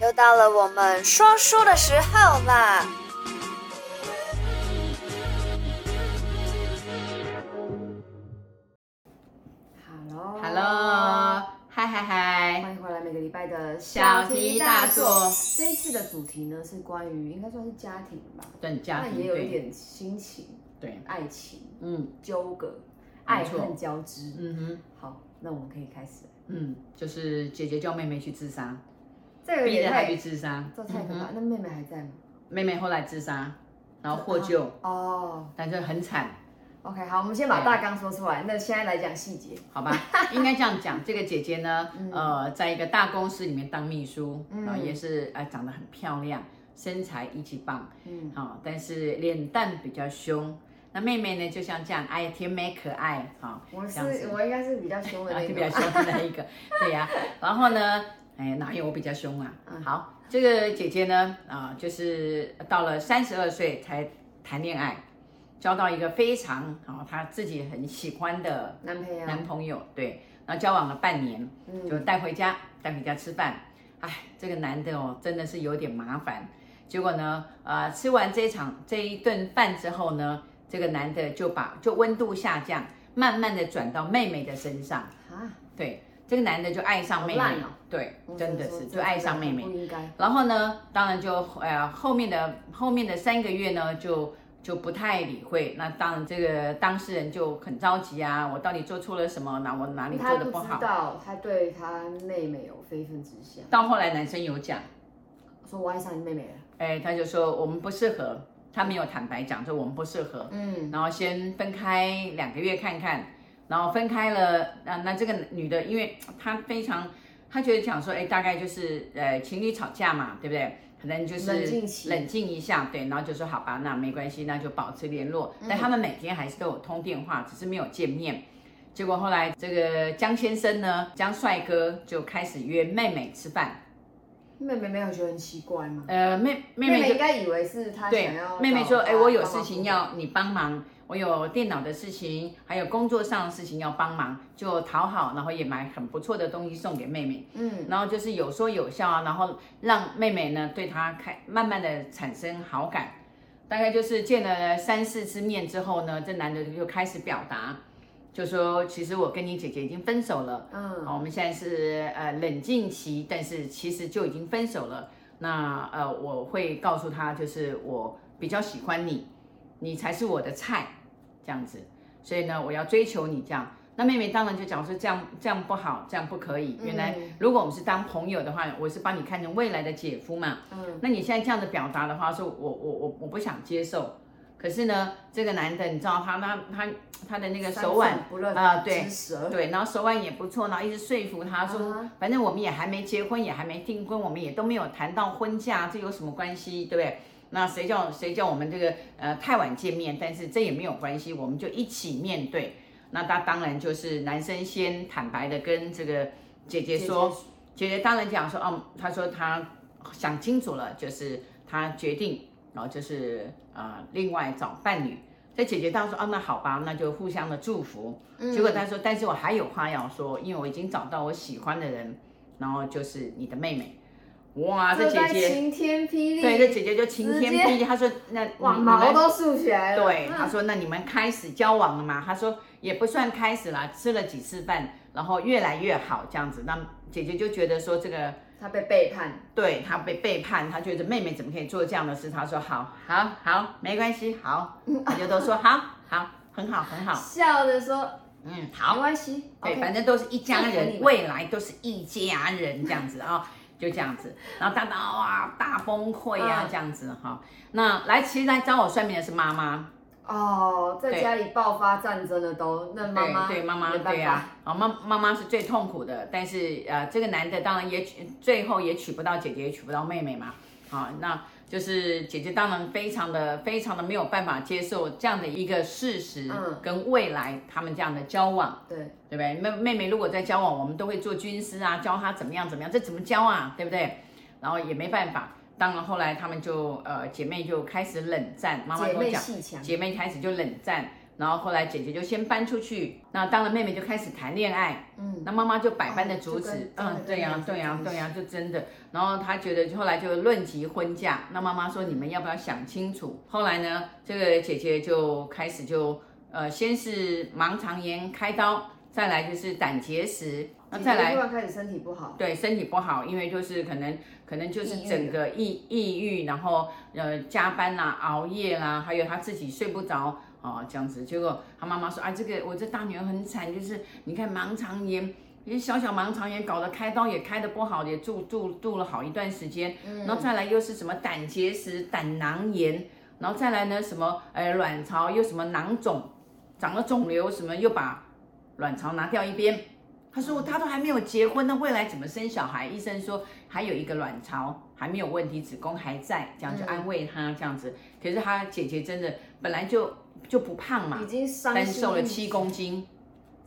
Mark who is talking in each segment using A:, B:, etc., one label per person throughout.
A: 又到了我们说书的时候啦！
B: Hello，
C: Hello，嗨嗨嗨，
B: 欢迎回来每个礼拜的
C: 小题大做。
B: 这一次的主题呢是关于应该算是家庭吧，
C: 对家
B: 但
C: 庭
B: 也有一
C: 对
B: 点亲情、
C: 对，
B: 爱情
C: 嗯
B: 纠葛、爱
C: 没错
B: 恨交织。
C: 嗯哼
B: 好，那我们可以开始了。
C: 嗯，就是姐姐叫妹妹去自杀，
B: 这个
C: 逼
B: 也
C: 着她
B: 太
C: 去自杀，
B: 这太可
C: 嗯
B: 怕。
C: 哼
B: 那妹妹还在吗？
C: 妹妹后来自杀，然
B: 嗯
C: 后获救，
B: 哦
C: 但是很惨，
B: ，OK，好，我们先把
C: 对
B: 大纲说出来。那现在来讲细节。
C: 好吧？应该这样讲，这个姐姐呢，
B: 嗯
C: 呃，在一个大公司里面当秘书，
B: 嗯
C: 然后也是呃长得很漂亮，身材一级棒，
B: 嗯，
C: 好、但是脸蛋比较凶。那妹妹呢，就像这样，哎，甜美可爱，好、
B: 我是
C: 这样子
B: 我应该是比较凶的
C: 啊，
B: 那
C: 就
B: 种。
C: 比较凶的那 一个，对呀、然后呢，哎，哪有我比较凶啊
B: 嗯？
C: 好，这个姐姐呢，啊、就是到了三十二岁才谈恋爱，交到一个非常啊、她自己很喜欢的
B: 男朋友，
C: 男朋友，对，然后交往了半年，就
B: 啊嗯，
C: 带回家，带回家吃饭。哎，这个男的哦，真的是有点麻烦。结果呢，呃，吃完这一场这一顿饭之后呢，这个男的就把就温度下降，慢慢的转到妹妹的身上。
B: 啊，
C: 对，这个男的就爱上妹妹，
B: 好烂哦
C: 对
B: 我，
C: 真的
B: 说
C: 是
B: 这
C: 就爱上妹
B: 不
C: 妹。
B: 应该。
C: 然后呢，当然就呃后面的后面的三个月呢，就就不太理会。那当然这个当事人就很着急啊，我到底做错了什么？哪我哪里
B: 他
C: 做的
B: 不
C: 不好
B: 知？道，他对他妹妹有非分之想，
C: 到后来男生有讲，
B: 说我爱上你妹妹了。
C: 哎，他就说我们不适合，他没有坦白讲，说我们不适合。
B: 嗯，
C: 然后先分开两个月看看，然后分开了，那那这个女的，因为她非常，她觉得讲说，哎，大概就是呃情侣吵架嘛，对不对？可能就是
B: 冷静期
C: 冷静一下，对，然后就说好吧，那没关系，那就保持联络。
B: 嗯
C: 但他们每天还是都有通电话，只是没有见面。结果后来这个江先生呢，江帅哥就开始约妹妹吃饭，
B: 妹妹没有觉得很奇怪吗？
C: 呃，妹妹
B: 妹
C: 妹就
B: 应该以为是他
C: 对
B: 想要，
C: 妹妹
B: 找
C: 说：“
B: 她
C: 哎、我有
B: 帮忙
C: 事情
B: 做
C: 要你帮忙，我有电脑的事情，还有工作上的事情要帮忙，就讨好，然后也买很不错的东西送给妹妹，
B: 嗯
C: 然后就是有说有笑啊，然后让妹妹呢对她开慢慢的产生好感。大概就是见了三四次面之后呢，这男的就开始表达，就说其实我跟你姐姐已经分手了。”
B: 嗯
C: 好，哦我们现在是呃冷静期，但是其实就已经分手了。那呃，我会告诉他，就是我比较喜欢你，你才是我的菜，这样子。所以呢，我要追求你这样。那妹妹当然就讲说这样这样不好，这样不可以。原来
B: 嗯
C: 如果我们是当朋友的话，我是把你看成未来的姐夫嘛。
B: 嗯
C: 那你现在这样的表达的话，说我我我我不想接受。可是呢，这个男的你知道他他他他的那个手腕
B: 三寸不认
C: 啊对
B: 之舌，
C: 对，然后手腕也不错，然后一直说服他说
B: 啊
C: 反正我们也还没结婚，也还没订婚，我们也都没有谈到婚嫁，这有什么关系，对不对？那谁叫谁叫我们这个呃太晚见面，但是这也没有关系，我们就一起面对。那他当然就是男生先坦白的跟这个姐姐说，姐姐当然讲说，哦，她说她想清楚了，就是她决定，然后就是呃，另外找伴侣。这姐姐当然说，哦，那好吧，那就互相的祝福。
B: 嗯
C: 结果她说，但是我还有话要说，因为我已经找到我喜欢的人，然后就是你的妹妹。哇，啊这
B: 这
C: 姐
B: 在
C: 姐，
B: 晴天霹雳，
C: 对，这姐姐就晴天
B: 直接
C: 霹雳。她说，那
B: 哇，
C: 你你们
B: 毛都竖起来了。
C: 对，
B: 嗯
C: 他说那你们开始交往了吗？他说也不算开始啦，吃了几次饭，然后越来越好这样子。那姐姐就觉得说这个
B: 他被背叛，
C: 对她被背叛，她觉得妹妹怎么可以做这样的事？她说好，好，好，没关系，好，她就都说好，好，很好，很好，
B: 笑着说
C: 嗯，好
B: 没。关系
C: 对，
B: ，OK，
C: 反正都是一家
B: 祝福你
C: 人，
B: 们
C: 未来都是一家人这样子啊、就这样子。然后大大哇大崩溃啊
B: 嗯，
C: 这样子哈、那来，其实来找我算命的是妈妈，
B: 哦，在
C: 对
B: 家里爆发战争了都，那妈妈
C: 对对妈妈
B: 没办
C: 对
B: 法，
C: 啊，好妈妈妈是最痛苦的，但是呃，这个男的当然也娶，最后也娶不到姐姐，也娶不到妹妹嘛，啊，那就是姐姐当然非常的非常的没有办法接受这样的一个事实，
B: 嗯
C: 跟未来他们这样的交往，
B: 对，
C: 对不对？妹妹妹如果在交往，我们都会做军师啊，教她怎么样怎么样，这怎么教啊，对不对？然后也没办法，当然后来他们就呃姐妹就开始冷战，妈妈
B: 姐
C: 跟我
B: 妹
C: 讲。
B: 戏强，
C: 姐妹开始就冷战，然后后来姐姐就先搬出去，那当然妹妹就开始谈恋爱，
B: 嗯，
C: 那妈妈就百般的阻
B: 哦就
C: 止
B: 跟，
C: 嗯，对呀、
B: 真的
C: 对呀、
B: 跟
C: 对呀、就真的。然后她觉得，后来就论及婚嫁，那妈妈说你们要不要想清楚？后来呢，这个姐姐就开始就呃，先是盲肠炎开刀，再来就是胆结石，那再
B: 姐姐
C: 来
B: 突然开始身体不好，
C: 对，身体不好，因为就是可能可能就是
B: 抑郁
C: 整个抑抑郁，然后呃加班啦、熬夜啦，还有他自己睡不着哦这样子。结果他妈妈说啊，这个我这大女儿很惨，就是你看盲肠炎，也小小盲肠炎搞得开刀也开的不好，也住住住了好一段时间，
B: 嗯
C: 然后再来又是什么胆结石、胆囊炎，然后再来呢什么呃卵巢又什么囊肿，长了肿瘤什么又把卵巢拿掉一边。他说他都还没有结婚，那未来怎么生小孩？医生说还有一个卵巢还没有问题，子宫还在，这样就安慰他这样子。可是他姐姐真的本来就就不胖嘛
B: 已，经伤
C: 但
B: 心
C: 瘦了
B: 欲
C: 七公斤，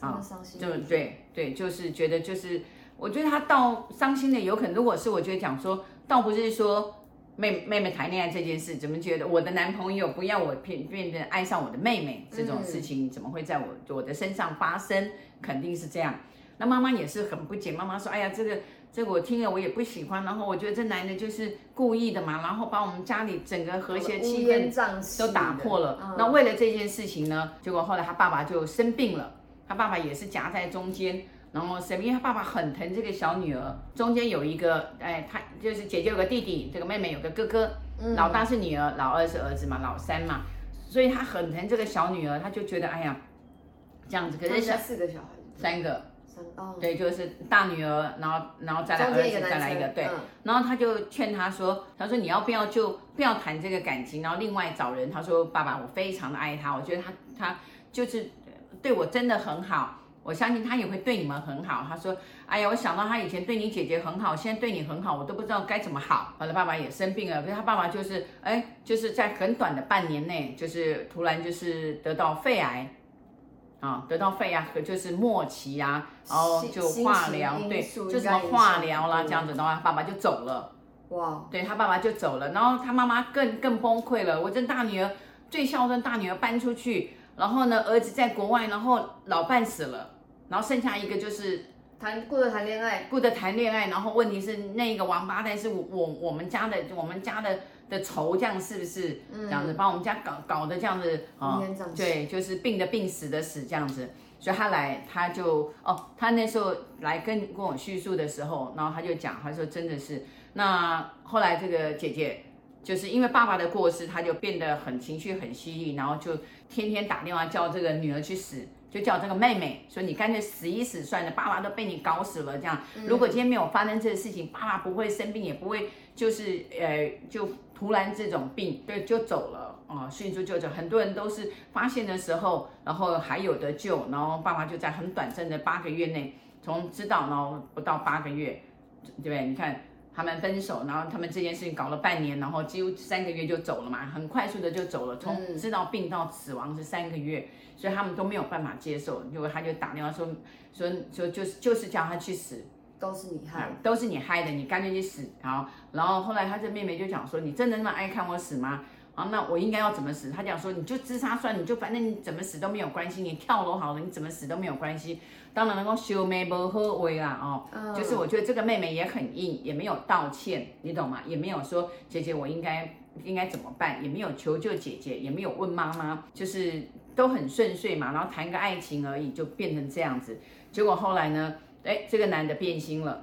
B: 真的伤心，
C: 就对对，就是觉得就是，我觉得他到伤心的有可能，如果是我觉得讲说，倒不是说妹妹妹谈恋爱这件事，怎么觉得我的男朋友不要我变变成爱上我的妹妹这种
B: 嗯
C: 事情，怎么会在我我的身上发生？肯定是这样。那妈妈也是很不解，妈妈说：“哎呀，这个这个我听了我也不喜欢，然后我觉得这男的就是故意的嘛，然后把我们家里整个和谐气
B: 乌
C: 氛
B: 烟瘴气
C: 都打破了。
B: 的嗯
C: 那为了这件事情呢，结果后来他爸爸就生病了，他爸爸也是夹在中间。然后生病，因为他爸爸很疼这个小女儿，中间有一个，哎，他就是姐姐有个弟弟，这个妹妹有个哥哥，
B: 嗯
C: 老大是女儿，老二是儿子嘛，老三嘛，所以他很疼这个小女儿，他就觉得哎呀，这样子，可
B: 他们
C: 是
B: 家
C: 小
B: 四个小孩，
C: 三个，
B: 三哦，
C: 对，就是大女儿，然后然后再来
B: 中
C: 儿
B: 间一
C: 子，
B: 个男
C: 再来一个，
B: 生
C: 对。
B: 嗯
C: 然后他就劝他说，他说你要不要就不要谈这个感情，然后另外找人。他说爸爸，我非常的爱他，我觉得他他就是对我真的很好。我相信他也会对你们很好。他说：“哎呀，我想到他以前对你姐姐很好，现在对你很好，我都不知道该怎么好。”完了，爸爸也生病了，可是他爸爸就是，哎，就是在很短的半年内，就是突然就是得到肺癌，啊，得到肺癌就是末期啊，然后
B: 心
C: 就化疗
B: 心，情因
C: 对，
B: 素
C: 就
B: 应
C: 什
B: 该
C: 么
B: 也是
C: 化
B: 很
C: 疗啦，
B: 多
C: 这样子的话，爸爸就走了。
B: 哇，
C: 对他爸爸就走了，然后他妈妈更更崩溃了。我这大女儿最孝顺，大女儿搬出去，然后呢，儿子在国外，然后老伴死了，然后剩下一个就是
B: 谈过了谈恋爱，
C: 顾着谈恋爱，然后问题是那个王八蛋是我我我们家的我们家的的仇，这样是不是？这样子把我们家搞搞得这样子啊、
B: 乌烟瘴气
C: 对，就是病的病，死的死这样子。所以他来，他就哦，他那时候来跟跟我叙述的时候，然后他就讲，他说真的是，那后来这个姐姐就是因为爸爸的过世，他就变得很情绪很犀利，然后就天天打电话叫这个女儿去死，就叫这个妹妹说你干脆死一死算了，爸爸都被你搞死了这样。如果今天没有发生这个事情，爸爸不会生病，也不会就是呃就突然这种病对就走了哦、迅速就走。很多人都是发现的时候，然后还有得救，然后爸爸就在很短暂的八个月内，从知道然后不到八个月，对不对？你看。他们分手，然后他们这件事情搞了半年，然后几乎三个月就走了嘛，很快速的就走了。从知道病到死亡是三个月，所以他们都没有办法接受。结果他就打电话说说说就是就是叫他去死，
B: 都是你害，
C: 都是你害的，你干脆去死。好，然后后来他这妹妹就讲说，你真的那么爱看我死吗？啊，那我应该要怎么死？他讲说，你就自杀算了，你就反正你怎么死都没有关系，你跳楼好了，你怎么死都没有关系。当然能够修眉不喝为啦哦，
B: 嗯
C: 就是我觉得这个妹妹也很硬，也没有道歉，你懂吗？也没有说姐姐我应该应该怎么办，也没有求救姐姐，也没有问妈妈，就是都很顺遂嘛，然后谈个爱情而已，就变成这样子。结果后来呢，哎，这个男的变心了。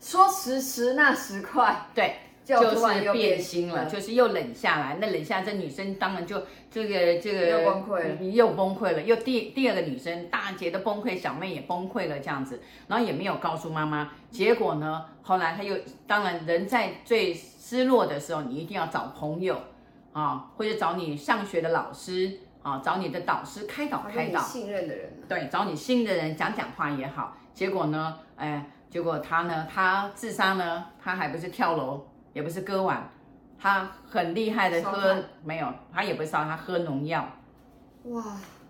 B: 说时迟那时快，
C: 对，
B: 就突然
C: 是
B: 又嗯
C: 变心了，就是又冷下来。那冷下来，这女生当然就这个这个
B: 又崩溃了
C: 嗯又崩溃了，又第第二个女生大姐都崩溃，小妹也崩溃了，这样子，然后也没有告诉妈妈。结果呢，后来她又当然人在最失落的时候，你一定要找朋友啊，或者找你上学的老师啊，找你的导师开导
B: 好像
C: 开
B: 你
C: 导。
B: 信任的人了，
C: 对，找你信任的人讲讲话也好。结果呢，哎，结果他呢，他自杀呢，他还不是跳楼，也不是割腕，他很厉害的
B: 烧
C: 喝
B: 炭
C: 没有，他也不是烧，他喝农药，
B: 哇，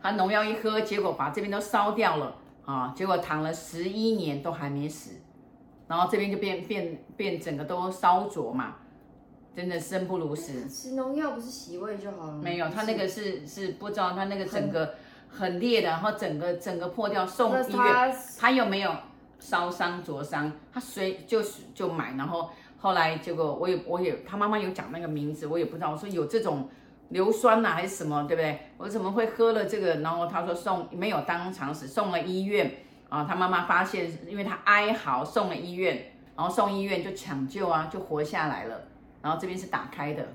C: 他农药一喝，结果把这边都烧掉了啊，结果躺了十一年都还没死，然后这边就变变变整个都烧灼嘛，真的生不如死。
B: 吃农药不是洗胃就好了吗？
C: 没有，他那
B: 是
C: 个是是不知道，他那个整个很裂的，然后整个整个破掉，送
B: 那
C: 医院。
B: 他
C: 他有没有烧伤灼伤？他随就是就买，然后后来结果我也我也他妈妈有讲那个名字，我也不知道，我说有这种硫酸啊呐、还是什么，对不对？我怎么会喝了这个？然后他说送没有当场死，送了医院啊。他妈妈发现，因为他哀嚎送了医院，然后送医院就抢救啊，就活下来了。然后这边是打开的，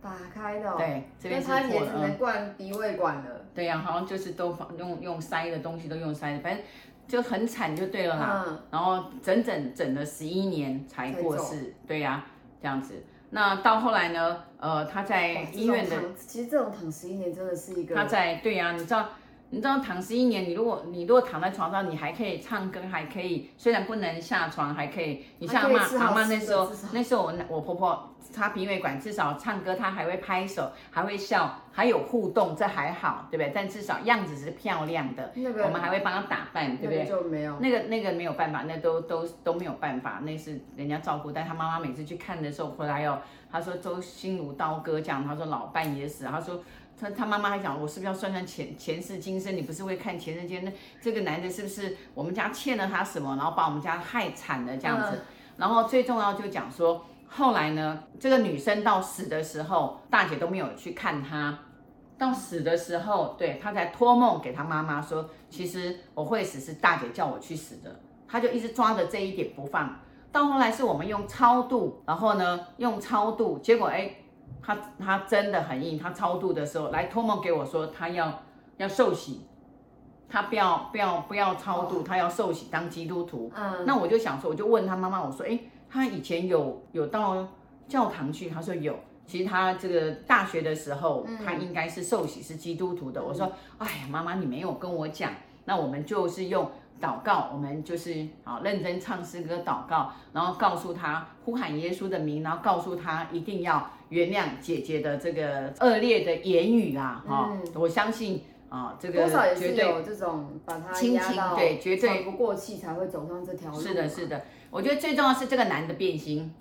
B: 打开的、哦，，
C: 对，这
B: 那
C: 边是
B: 他也
C: 破
B: 只
C: 的。嗯
B: 能灌鼻胃管了。
C: 对呀、好像就是都放用用塞的东西都用塞的，反正就很惨就对了啦。
B: 嗯，
C: 然后整整整了十一年才过
B: 才
C: 世，对呀、这样子。那到后来呢？呃，他在
B: 哇
C: 医院的
B: 这，种躺其实这种躺十一年真的是一个，
C: 他在对呀、你知道，你知道躺十一年，你如果你如果躺在床上，你还可以唱歌，还可以，虽然不能下床，还可以。你像阿
B: 还可以吃
C: 妈
B: 好
C: 阿妈
B: 吃的
C: 那时候
B: 至少，
C: 那时候我我婆婆插鼻胃管，至少唱歌她还会拍手，还会笑，还有互动，这还好，对不对？但至少样子是漂亮的，
B: 那个
C: 我们还会帮她打扮，对
B: 那
C: 不对
B: 个？就没有，
C: 那个那个没有办法，那都都都没有办法，那是人家照顾。但他妈妈每次去看的时候回来哦，他说周心如刀割这样，他说老伴也死，他说他他妈妈还讲我是不是要算算前前世今生？你不是会看前世今生？那这个男的是不是我们家欠了他什么，然后把我们家害惨了这样
B: 嗯
C: 子？然后最重要就讲说，后来呢，这个女生到死的时候，大姐都没有去看她。到死的时候，对她才托梦给她妈妈说，其实我会死是大姐叫我去死的，她就一直抓着这一点不放。到后来是我们用超度，然后呢用超度，结果哎，她她真的很硬，她超度的时候来托梦给我说，她要要受洗，她不要不要不要超度，她要受洗当基督徒。
B: 嗯，
C: 那我就想说，我就问他妈妈，我说，哎，他以前有有到教堂去？他说有。其实他这个大学的时候，
B: 嗯
C: 他应该是受洗是基督徒的。我说，哎呀，妈妈，你没有跟我讲。那我们就是用祷告，我们就是好认真唱诗歌祷告，然后告诉他呼喊耶稣的名，然后告诉他一定要原谅姐姐的这个恶劣的言语啦、哈、
B: 嗯
C: 我相信啊、这个
B: 多少也
C: 绝
B: 是
C: 对
B: 有这种把他
C: 亲
B: 压
C: 情
B: 到
C: 对绝对
B: 喘不过气才会走上这条路。
C: 是的，是的，我觉得最重要是这个男的变心，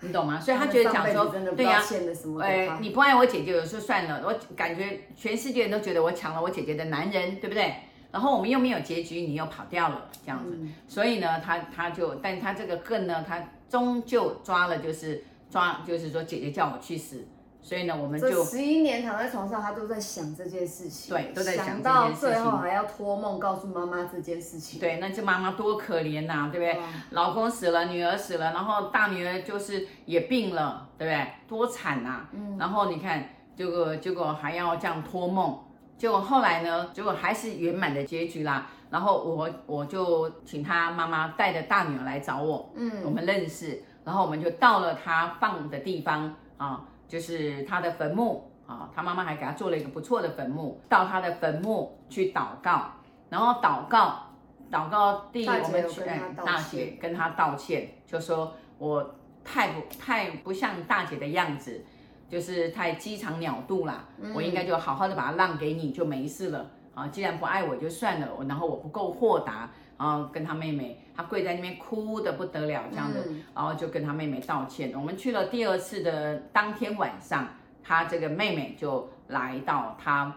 C: 你懂吗？所以他觉得讲
B: 上辈
C: 说
B: 子真的，不
C: 对
B: 知
C: 呀、
B: 道欠了什么给
C: 哎
B: 他，
C: 你不爱我姐姐，我说算了，我感觉全世界人都觉得我抢了我姐姐的男人，对不对？然后我们又没有结局，你又跑掉了，这样子。
B: 嗯
C: 所以呢，他他就，但他这个恨呢，他终究抓了，就是抓，就是说姐姐叫我去死，所以呢，我们
B: 这
C: 就
B: 十一年躺在床上，他都在想这件事情，
C: 对都在想
B: 想
C: 这
B: 到
C: 件事情
B: 最后还要托梦告诉妈妈这件事情。
C: 对，那这妈妈多可怜呐、对不对？
B: 哇
C: 老公死了，女儿死了，然后大女儿就是也病了，对不对？多惨呐、然后你看，结果结果还要这样托梦，结果后来呢，结果还是圆满的结局啦。然后我我就请他妈妈带着大女儿来找我，我
B: 嗯，
C: 们认识，然后我们就到了他放的地方啊，就是他的坟墓啊，他妈妈还给他做了一个不错的坟墓，到他的坟墓去祷告，然后祷告，祷告第一
B: 大姐
C: 我们
B: 有
C: 去
B: 跟
C: 哎
B: 他道
C: 大
B: 歉
C: 姐跟他道歉，就说我太不太不像大姐的样子，就是太鸡肠鸟肚啦，我应该就好好的把它让给你就没事了啊，既然不爱我就算了，我然后我不够豁达。然后跟他妹妹，她跪在那边哭的不得了，这样子，
B: 嗯
C: 然后就跟她妹妹道歉。我们去了第二次的当天晚上，她这个妹妹就来到她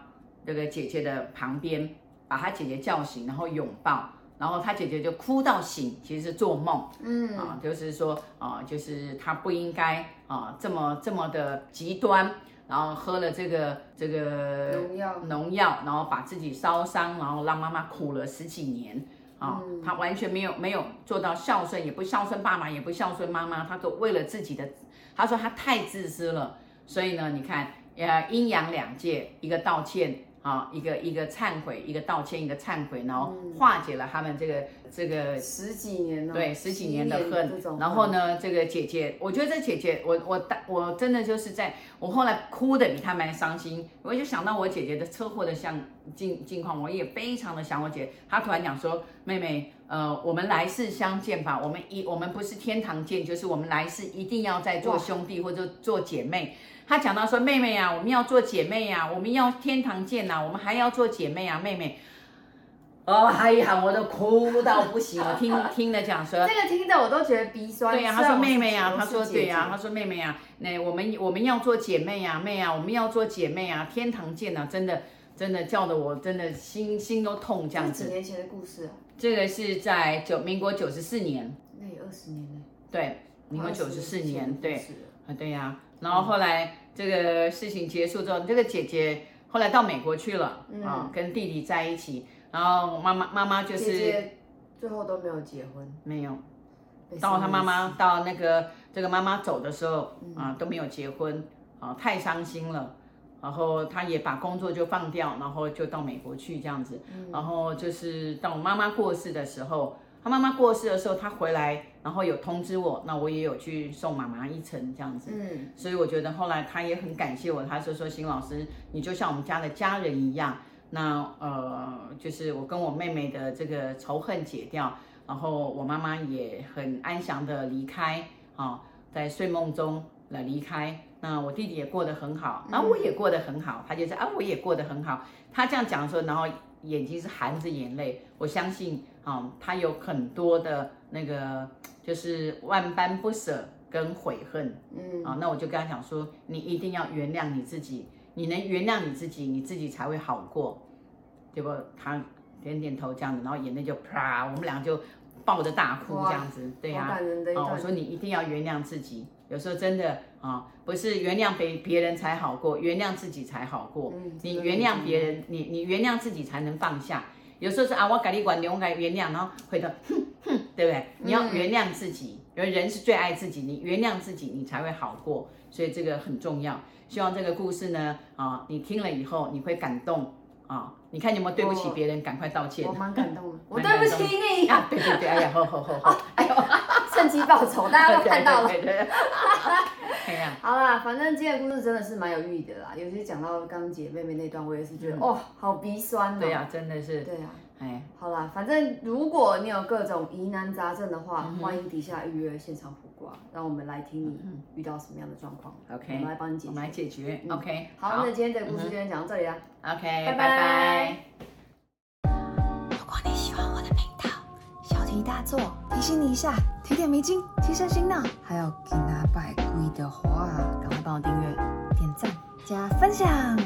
C: 这个姐姐的旁边，把她姐姐叫醒，然后拥抱，然后她姐姐就哭到醒，其实是做梦，嗯啊，就是说啊、就是她不应该啊这么这么的极端，然后喝了这个这个
B: 荣耀
C: 农药，然后把自己烧伤，然后让妈妈苦了十几年啊、他完全没有没有做到孝顺，也不孝顺爸爸，也不孝顺妈妈，他都为了自己的，他说他太自私了，所以呢，你看，呃，阴阳两界，一个道歉。啊，一个一个忏悔，一个道歉，一个忏悔，然后化解了他们这个这个
B: 十几年了，
C: 对十几年的
B: 十一这
C: 恨
B: 种，嗯
C: 然后呢，这个姐姐，我觉得这姐姐，我我大我真的就是在我后来哭的比她蛮伤心，我就想到我姐姐的车祸的像境境况，我也非常的想我姐。她突然讲说，妹妹，呃，我们来世相见吧，我们一我们不是天堂见，就是我们来世一定要再做兄弟或者做姐妹。她讲到说，妹妹啊，我们要做姐妹啊，我们要天堂见呐、啊，我们还要做姐妹啊，妹妹。哦，哎呀，我都哭到不行，我听听了讲说，
B: 这个听着我都觉得鼻酸。
C: 对呀、啊
B: 虽
C: 他
B: 然
C: 说
B: 我
C: 妹
B: 是
C: 妹呀、
B: 我
C: 他
B: 是
C: 说
B: 姐
C: 对
B: 姐
C: 呀、他说妹妹呀、那我们我们要做姐妹呀、妹啊呀、我们要做姐妹呀、天堂见啊，真的真的叫的我真的心心都痛这样
B: 这几
C: 子。
B: 年前的故事啊，
C: 这个是在九民国九十四年，
B: 那也二十年了，
C: 对，民国
B: 二
C: 九十四年，
B: 的
C: 对
B: 故，事了
C: 啊对呀、然后后来这个事情结束之后，这个姐姐后来到美国去了，
B: 嗯
C: 啊，跟弟弟在一起，然后妈妈妈妈就是
B: 姐姐最后都没有结婚，
C: 没有。
B: 被
C: 到他
B: 生
C: 妈
B: 了
C: 妈
B: 一次
C: 到那个这个妈妈走的时候啊，都没有结婚啊，太伤心了。然后他也把工作就放掉，然后就到美国去这样子。然后就是到我妈妈过世的时候，他妈妈过世的时候，他回来，然后有通知我，那我也有去送妈妈一程这样子。
B: 嗯，
C: 所以我觉得后来他也很感谢我，他说说邢老师，你就像我们家的家人一样。那呃，就是我跟我妹妹的这个仇恨解掉，然后我妈妈也很安详的离开，啊、在睡梦中来离开。那我弟弟也过得很好，然后我也过得很好，他就是啊，我也过得很好。他这样讲的时候，然后眼睛是含着眼泪。我相信啊、他有很多的那个就是万般不舍跟悔恨。
B: 嗯
C: 啊，那我就跟他讲说，你一定要原谅你自己，你能原谅你自己，你自己才会好过。结果他点点头这样子，然后眼泪就啪，我们俩就抱着大哭这样子，对
B: 好
C: 呀、
B: 感人的一
C: 哦，我
B: 段
C: 说你一定要原谅自己，有时候真的啊、不是原谅别别人才好过，原谅自己才好过。
B: 嗯
C: 你
B: 真的
C: 原
B: 真
C: 谅
B: 的
C: 别人，你你原谅自己才能放下。有时候是啊，我改你管你，我改原谅，然后回头哼哼，对
B: 嗯
C: 不对？你要原谅自己，因为人是最爱自己，你原谅自己，你才会好过。所以这个很重要。希望这个故事呢，啊，你听了以后你会感动啊。你看你有没有对不起
B: 我
C: 别人，赶快道歉
B: 我蛮感动的，我
C: 蛮
B: 对不
C: 感动
B: 起你，
C: 啊！对对对，哎呀，好好好好，哎呦，
B: 趁机报仇，大家都看到了。
C: 对对 对对哎呀。
B: 好啦，反正今天的故事真的是蛮有寓意的啦。有些讲到刚姐妹妹那段，我也是觉得、哦，好鼻酸哦。
C: 嗯对呀、真的是，
B: 对啊
C: 哎，
B: 好啦，反正如果你有各种疑难杂症的话，
C: 嗯
B: 欢迎底下预约现场卜卦，让我们来听你遇到什么样的状况
C: OK
B: 嗯我们来帮你解
C: 我们来
B: 决。嗯
C: 解决。OK，嗯
B: 好，那今天的故事就先讲到这里啦。啊
C: OK，拜
B: 拜
C: 拜
B: 拜。
D: 如果你喜欢我的频道，小题大做提醒你一下，提点迷津，提升醒脑。还有给拿百贵的话，赶快帮我订阅、点赞、加分享。